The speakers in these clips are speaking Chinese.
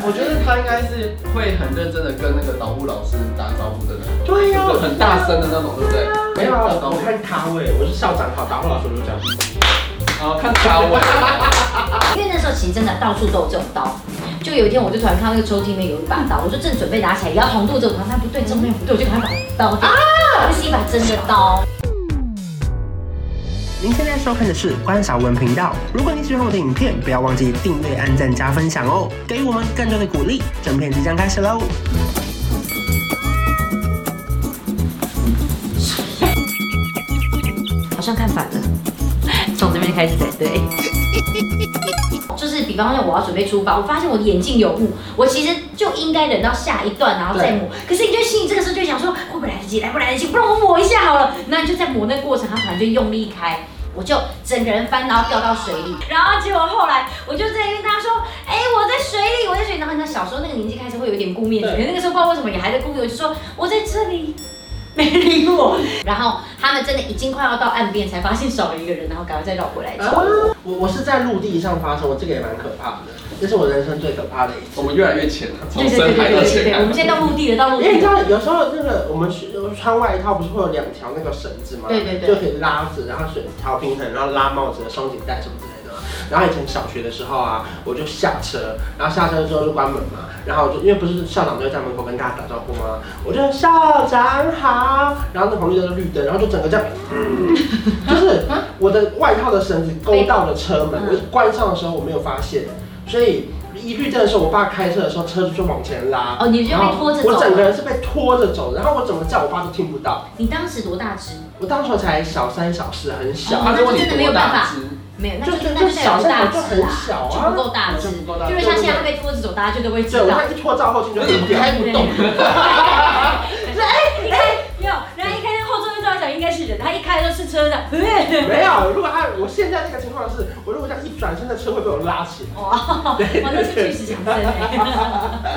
我觉得他应该是会很认真的跟那个导护老师打招呼的那种，对呀就是很大声的那种，对不对？没有啊，打招呼我，看咖位，我是校长好，打呼老师我就讲。然后哦看他我。因为那时候其实真的到处都有这种刀。就有一天，我就突然看到那个抽屉里面有一把刀，我就正准备拿起来也要同度这个，发现啊不对，正面不对，我就赶快把刀啊，那是一把真的刀。您现在收看的是关少文频道。如果你喜欢我的影片，不要忘记订阅、按赞、加分享哦，给予我们更多的鼓励。整片即将开始喽！好像看反了，从这边开始才对。就是比方说我要准备出发，我发现我的眼镜有雾，我其实就应该等到下一段然后再抹。可是你就心里这个时候就想说，会不会来得及？来不来得及？不然我抹一下好了。那你就在抹那过程，它反正就用力开。我就整个人翻，然后掉到水里，然后结果后来我就在跟大家说，哎、我在水里，我在水里。然后你知道小时候那个年纪开始会有点顾面子，可对是那个时候不知道为什么也还在顾面，我就说我在这里，没理我。 然后他们真的已经快要到岸边，才发现少了一个人，然后赶快再绕回来啊找我。我我是在陆地上发生，我这个也蛮可怕的，这是我人生最可怕的一次。我们越来越浅了， 对从对深对海对到对浅对，我们海。现在到陆地了，到因陆地为你知了。道，有时候那个我们去穿外套不是会有两条那个绳子吗？对对对就可以拉着，然后水调平衡，然后拉帽子的松紧带什么之类的。然后以前小学的时候啊，我就下车，然后下车之后就关门嘛，然后我就因为不是校长就会在门口跟大家打招呼吗？我就校长好，然后那红绿灯就绿灯，然后就整个这样，嗯就是我的外套的绳子勾到了车门，我关上的时候我没有发现，所以一绿灯的时候，我爸开车的时候车子就往前拉，哦，你就被拖着我整走。个人是被拖着走，然后我怎么叫我爸都听不到。你当时多大只？我当时才小三小四，很小，哦他那说就你真的没有多办大法只？没有，那就就就那就就代表小不三大小就只很啦，小就啊不，够大就不够大只。只因为像现在他被拖着走，大家就都会知对我道。他一拖照后镜就那你走开不动。你看，没有，然后一开后座就知道想应该是人，他一开就是车的。没有，如果他我现在这个情况是，我如果这样一转身，那车会被我拉起来。哇，那是巨石强森哎。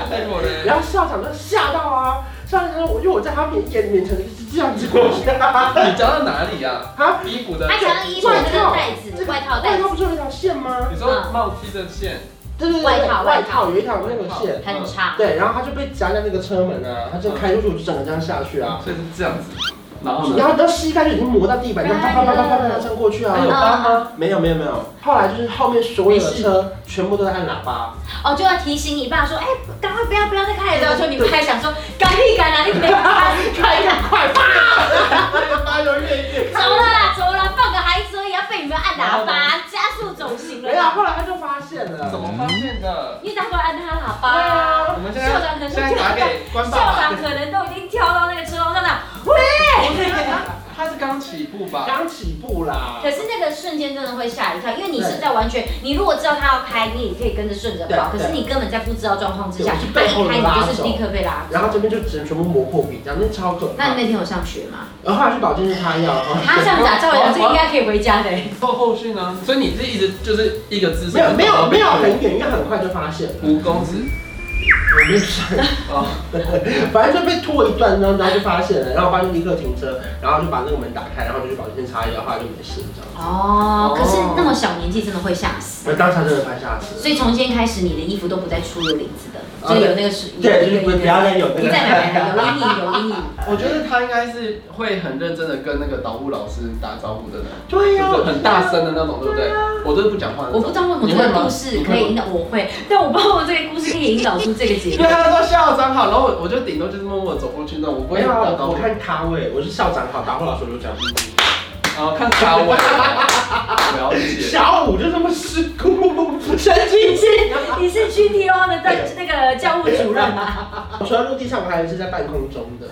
泰国人然后校长就吓到啊，校长说，我因为我在他面眼面前就是这样子过去 啊，你讲到哪里呀？啊衣服的他，常常衣服的那个带子，外套带外子套不是有一条线吗？你嗯说帽 T 的线，对对对，外套外套有一条那个线，很长。对，然后他就被夹在那个车门啊，他就嗯开出去，我就整个这样下去啊。所以是这样子。然后呢？然后到膝盖就已经磨到地板，这样啪啪啪啪啪啪这样过去啊还。有疤吗？没有没有没有，后来就是后面所有的车全部都在按喇叭，哦，就要提醒你爸说，哎，赶快不要不要再开了，不要说你们还想说，赶屁赶哪里没开，开了，快啪！叭就越越走了啦，走了，放个孩子而已，要被你们按喇叭，加速走行没有，了。后来他就发现怎了。么发现的？因为大家按他喇叭，我们现校长在可能现在打给官啊校爸长爸。可能都已经跳到那个车头上了。 他是刚起步吧？刚起步啦可，是那个瞬间真的会吓一跳，因为你是在完全，你如果知道他要开，你也可以跟着顺着跑，可对对是你根本在不知道状况之下对我是，他被一后开拉你就是走立刻被拉。然后这边就只能全部磨破皮，这样那超可那怕你。那天有上学吗？然后后来去保健室擦药，他这样子啊，照理讲这哦个应该可以回家的欸。后后续呢？所以你是一直就是一个姿势， 没有没有没有很远，因为很快就发现了。 蜈蚣子我没事。啊，反正就被拖一段，然后然后就发现了，然后发现立刻停车，然后就把那个门打开，然后就去保健室擦药，后来就没事这样。哦，可是那么小年纪真的会吓死，我当场真的快吓死所以从今天开始你的衣服都不再出有领子的，啊所以有那个是，了。对，就是不不要再有那你在个。哪 来的？有阴影，有阴影。我觉得他应该是会很认真的跟那个导护老师打招呼的人，对呀、就是很大声的那种，对不对？我都是不讲话的那种。我不知道为什么这个故事可以引导我会，但我不知道我这个故事可以引导出这个结因 果为。他说校长好，然后我我就顶多就是默默走过去那种，我不没会有打啊，招我呼，看咖位，我是校长好，打呼老师我就讲。然哦后看他我，我了 解。小五就这么失控，神经你是你是 GTO 的代那个教务主任吗？ 我除了陆地上，我还有一次在半空中的，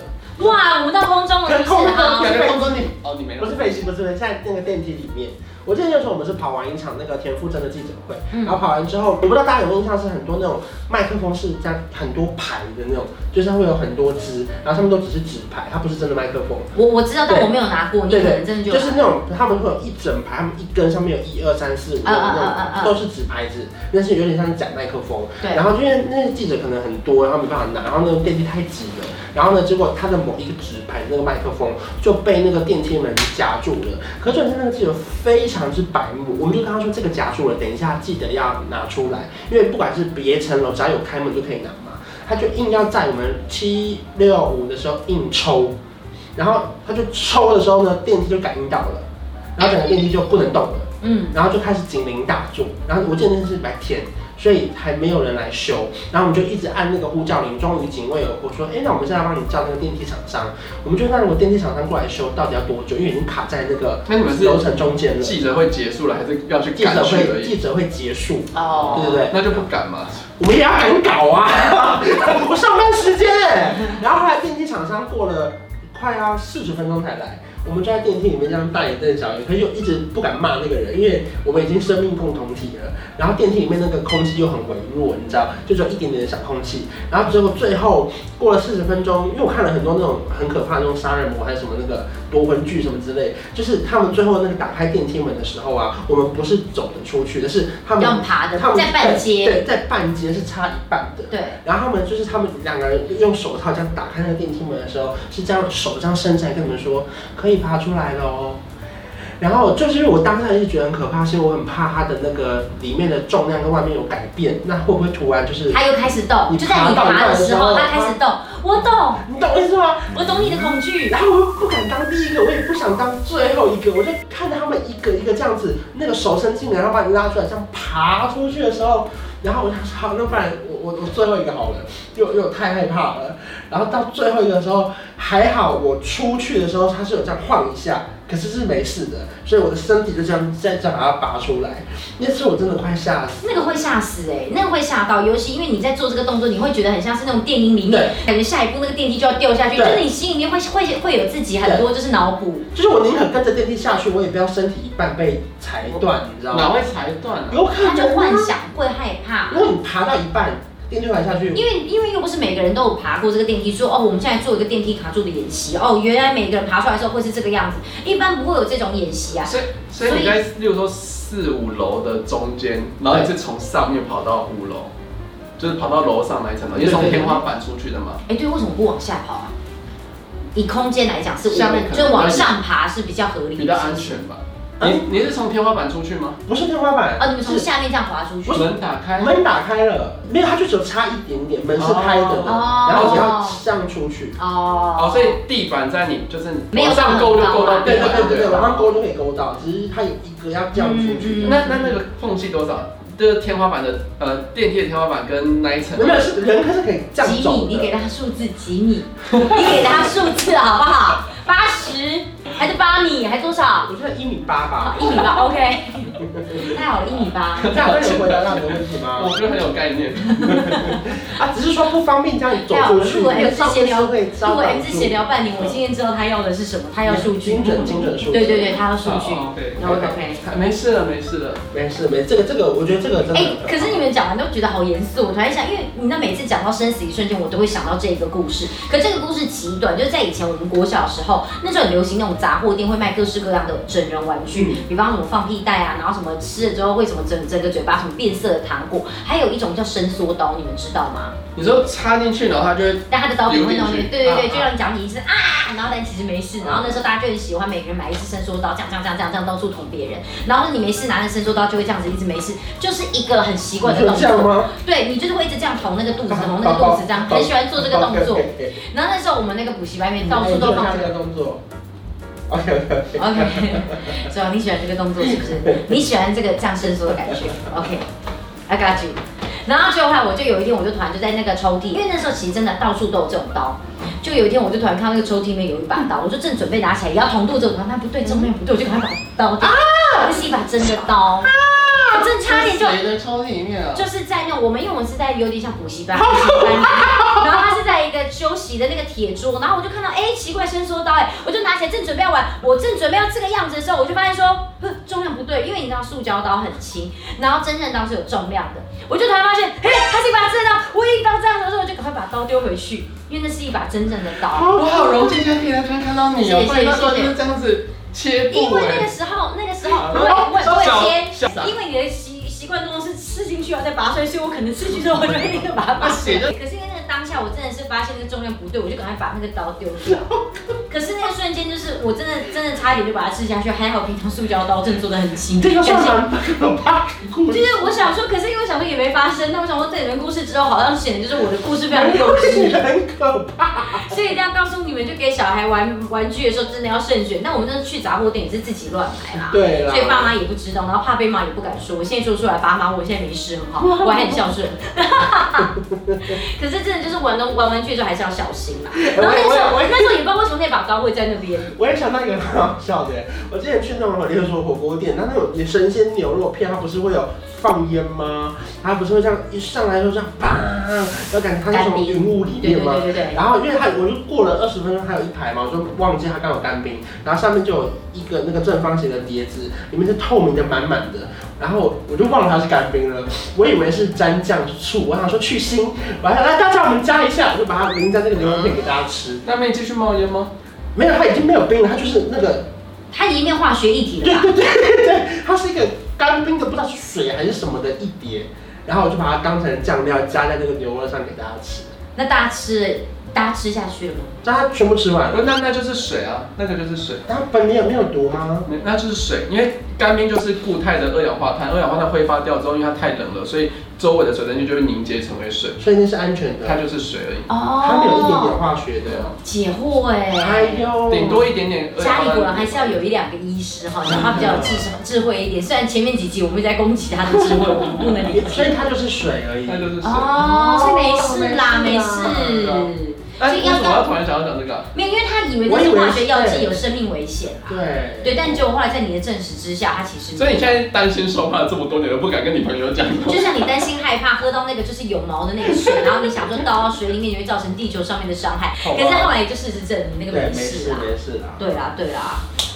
哇，我们到空中了，是不是啊？感觉空中你哦，你没不了是。飞行，不是飞行，在那个电梯里面。我记得那时候我们是跑完一场那个田馥甄的记者会，嗯然后跑完之后，我不知道大家有没有印象，是很多那种麦克风是在很多排的那种，就是它会有很多支，然后上面都只是纸牌，它不是真的麦克风。我我知道，但我没有拿过，你可能真的就就是那种他们会有一整排，他们一根上面有一二三四五啊啊啊啊那啊种，都是纸牌子，但是有点像假麦克风。对然后因为那记者可能很多，然后没办法拿，然后那个电梯太挤了，然后呢，结果他的某一个纸牌那个麦克风就被那个电梯门夹住了。可是重点是那个记者非常之白目，我们就跟他说这个夹住了，等一下记得要拿出来，因为不管是别层楼只要有开门就可以拿嘛，他就硬要在我们七六五的时候硬抽，然后他就抽的时候呢，电梯就感应到了，然后整个电梯就不能动了。嗯，然后就开始警铃大作，然后我记得那是白天，所以还没有人来修，然后我们就一直按那个呼叫铃，终于警卫有我说，哎，那我们现在帮你叫那个电梯厂商，我们就让那个电梯厂商过来修，到底要多久？因为已经卡在那个那你们是楼层中间了，记者会结束了，还是要去记赶者去而会已？记者会结束，哦，对对对那就不敢嘛。我们也要赶稿啊，我上班时间哎，然后后来电梯厂商过了快要四十分钟才来。我们就在电梯里面这样大眼瞪小眼，可是又一直不敢骂那个人，因为我们已经生命共同体了。然后电梯里面那个空气又很微弱，你知道，就只有一点点的小空气。然后结果最后过了四十分钟，因为我看了很多那种很可怕的那种杀人魔，还有什么那个夺魂剧什么之类，就是他们最后那个打开电梯门的时候啊，我们不是走的出去的，是他们用爬的他，们在半街，对，在半街是差一半的。对，然后他们就是他们两个人用手套这样打开那个电梯门的时候，是这样手这样伸出来跟你们说可以爬出来了哦。然后就是因为我当下一直觉得很可怕，是因为我很怕它的那个里面的重量跟外面有改变，那会不会突然就是他又开始动，你就在爬到一你爬半的的时时候候，他开始动，我懂，你懂我意思吗？我懂你的恐惧，然后我又不敢当第一个，我也不想当最后一个，我就看着他们一个一个这样子，那个手伸进来，然后把你拉出来，这样爬出去的时候，然后我就说好，那不然我我我最后一个好了，因为因为我太害怕了。然后到最后一个的时候，还好我出去的时候它是有这样晃一下，可是是没事的，所以我的身体就这样再再把它拔出来。那次我真的快吓死。那个会吓死哎、那个会吓到，尤其因为你在做这个动作，你会觉得很像是那种电影里面，对感觉下一步那个电梯就要掉下去，就对是你心里面会会会有自己很多就是脑补，就是我宁可跟着电梯下去，我也不要身体一半被裁断，你知道哪吗？会裁断啊？有可能、啊、他就幻想会害怕。如果你爬到一半，电梯环下去，因为因为又不是每个人都有爬过这个电梯，说哦，我们现在做一个电梯卡住的演习，哦，原来每个人爬出来的时候会是这个样子，一般不会有这种演习啊。所以所以你在，例如说四五楼的中间，然后你是从上面跑到五楼，就是跑到楼上那一层楼，你是从天花板出去的嘛？哎，对，为什么不往下跑啊？以空间来讲是五下面可能就往上爬是比较合理的，比较安全吧？嗯你你是从天花板出去吗？不是天花板，哦，你们从是下面这样滑出去，门打开，啊门打开了，没有，它就只有差一点点，门是开的的，哦然后你要这样出去，哦哦，所以地板在你就是没有往上勾就勾到啊对地对板，对对对，往吧上勾就可以勾到，只是它有一个要这样出去嗯嗯的，那那那个缝隙多少？就是天花板的呃电梯的天花板跟那一层啊没有是人还是可以这样几米走，嗯你给的，他数字几米， 你给他数字好不好？八十还是八米还多少？我觉得一米八好吧，一米八，OK，太好了，一米八。这样能回答到你的问题吗我？觉得很有概念。啊，只是说不方便这样走太好出去，了，啊录完 M 字闲聊，是会录招完挡 M 字住。闲聊半年，我今天知道他要的是什么，他要数据，精准精准数据对对对，他要数据。哦，OK，然后 OK。没事了，没事了。没事没事，这个这个我觉得这个真的哎、很好。可是你们讲完都觉得好严肃，我突然想，因为你那每次讲到生死一瞬间，我都会想到这一个故事。可这个故事极短，就是在以前我们国小的时候，那时候很流行那种杂货店会卖各式各样的整人玩具，嗯比方什么放屁袋啊，然后什么吃了之后会什么整整个嘴巴什么变色的糖果，还有一种叫伸缩刀，你们知道吗？你说插进去，然后它就会但他的刀柄会流弄进进去对对对，啊就让你讲你一次啊，然后但其实没事。然后那时候大家就很喜欢每个人买一支伸缩刀，这样这样这样这样这样到处捅别人。然后你没事拿着伸缩刀就会这样子一直没事，就是一个很习惯的你动会这样作。吗？对你就是会一直这样捅那个肚子，捅那个肚子，这样很喜欢做这个动作。然后那时候我们那个补习班里面哎到处都放这这个个。动作。OK OK OK。 OK，所以你喜欢这个动作是不是？你喜欢这个这样伸缩的感觉？OK，I、got you。然后就后来我就有一天，我就突然就在那个抽屉，因为那时候其实真的到处都有这种刀。就有一天，我就突然看到那个抽屉里面有一把刀，我就正准备拿起来也要捅肚子，我突然发现不对，正面不对，我就赶快把刀啊，那是一把真的刀啊，我真的差点就谁的抽屉里面啊？就是在那我们因为我们是在有点像补习班，补习班，然后他是在一个休息的那个铁桌，然后我就看到，哎、奇怪，伸缩刀、哎，我就拿起来正准备要玩，我正准备要这个样子的时候，我就发现说， 呵重量不对，因为你知道塑胶刀很轻，然后真正刀是有重量的，我就突然发现，哎、它是一把真的刀，我一刀这样的时候，我就赶快把刀丢回去，因为那是一把真正的刀。我哦好荣幸今天可以在这边看到你哦，谢谢不然那时候就是这样子切因布为那哎个。时候，那个时哦候不会不会不会小切，因为你的习习惯动作是吃进去要再拔出来，所以我可能吃进去之后我就一定把它拔出那血 来。就可是因为那个当下下我真的是发现那个重量不对，我就赶快把那个刀丢掉。可是那个瞬间就是我真的真的差点就把它吃下去，还好平常塑胶刀真的做的很轻。这个感算谢蛮可怕的故就事。是我想说，可是因为我想说也没发生，那我想说这里面故事之后，好像显得就是我的故事非常幼稚。 很可怕，所以大家告诉你们，就给小孩玩玩具的时候，真的要慎选。那我们那去杂货店也是自己乱买啦，对啦所以爸妈也不知道，然后怕被骂也不敢说。我现在说出来，爸妈，我现在没事，很好，我还很孝顺。 可是真的就是玩东玩玩具的时候还是要小心啦。然后那时候我也我也那时候也不知道为什么那把刀会在那边，我也想到一个很好笑的，我之前去那种，例如说火锅店，它那种生鲜牛肉片，它不是会有放烟吗？它不是会这样一上来就这样，啪，然后感觉它是从云雾里对面对吗对？对对。然后因为他我就过了二十分钟，还有一排嘛，我就忘记他刚好有干冰，然后上面就有一个那个正方形的碟子，里面是透明的满满的，然后我就忘了它是干冰了，我以为是沾酱醋，我想说去腥，我还想来大家我们加一下，我就把它淋在那个牛肉片给大家吃，那妹继续冒烟吗？没有，它已经没有冰了，它就是那个，它已经变化学一体了吧？它是一个干冰的，不知道是水还是什么的一碟，然后我就把它当成酱料加在那个牛肉上给大家吃，那大家吃，大家吃下去了吗？让它全部吃完了，那那就是水啊，那个就是水，它本来有没有毒吗？那那就是水，因为干冰就是固态的二氧化碳，二氧化碳挥发掉之后，因为它太冷了，所以周围的水蒸气就会凝结成为水，所以那是安全的。它就是水而已，哦它没有一点点化学的。解惑哎、哎呦，顶多一点点二氧家化里碳。果然还是要有一两个医师哈，让他比较有智智慧一点。虽然前面几集我们一直在攻击他的智慧，我们不能理所解。以它就是水而已那。就是水。哦，所以没事啦，没没事事啦。哎，所为以什要么要告突然想要讲这个啊？没有，因为他以为那是化学药剂，有生命危险啦。对对，但结果后来在你的证实之下，他其实所以你现在担心受怕了这么多年，都不敢跟你朋友讲。就像你担心害怕喝到那个就是有毛的那个水，然后你想说倒到水里面你会造成地球上面的伤害，可是后来就事实证明那个对，没没事啊事啦。没事啊啦。对啦，对啦。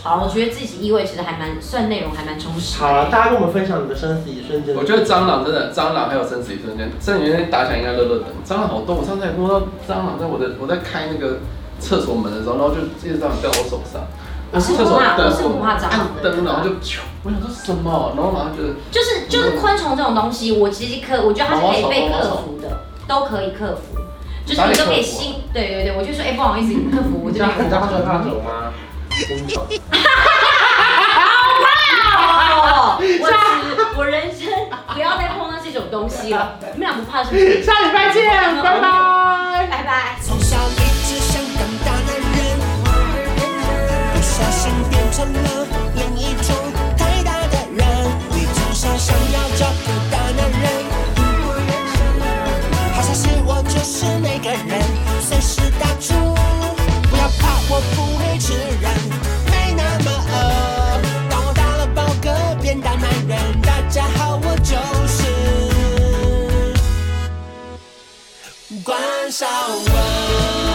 好，我觉得自己意味其实还蛮算内容还蛮充实的。好了，大家跟我们分享你的生死一瞬间。我觉得蟑螂真的，蟑螂还有生死一瞬间，生死一瞬间打起来应该乐乐等。蟑螂好多，我上次还摸到蟑螂在我的我在开那个厕所门的时候，然后就一直这样掉我手上。我哦是厕不所怕，我是灯，不怕蟑按螂的。灯，然后就，我想说什么，然后马上就是就是就嗯是昆虫这种东西，我其实克，我觉得它是可以被克服啊的，都可以克服。就是你都可以心，对对对，我就说，哎、不好意思，你克服我你这知道边你知道它是怕什么吗？哦，我我人生不要再碰到这种东西了。你们俩不怕是不是？下礼拜见， 拜拜。拜拜。从小一直想当大男人，不小心变成了另一种太大的人。你从小想要找个大男人，好消息我就是那个人，随时打住，不要怕，我不会吃人，没那么饿。当我打了饱嗝变大男人，大家好，我就是关少文。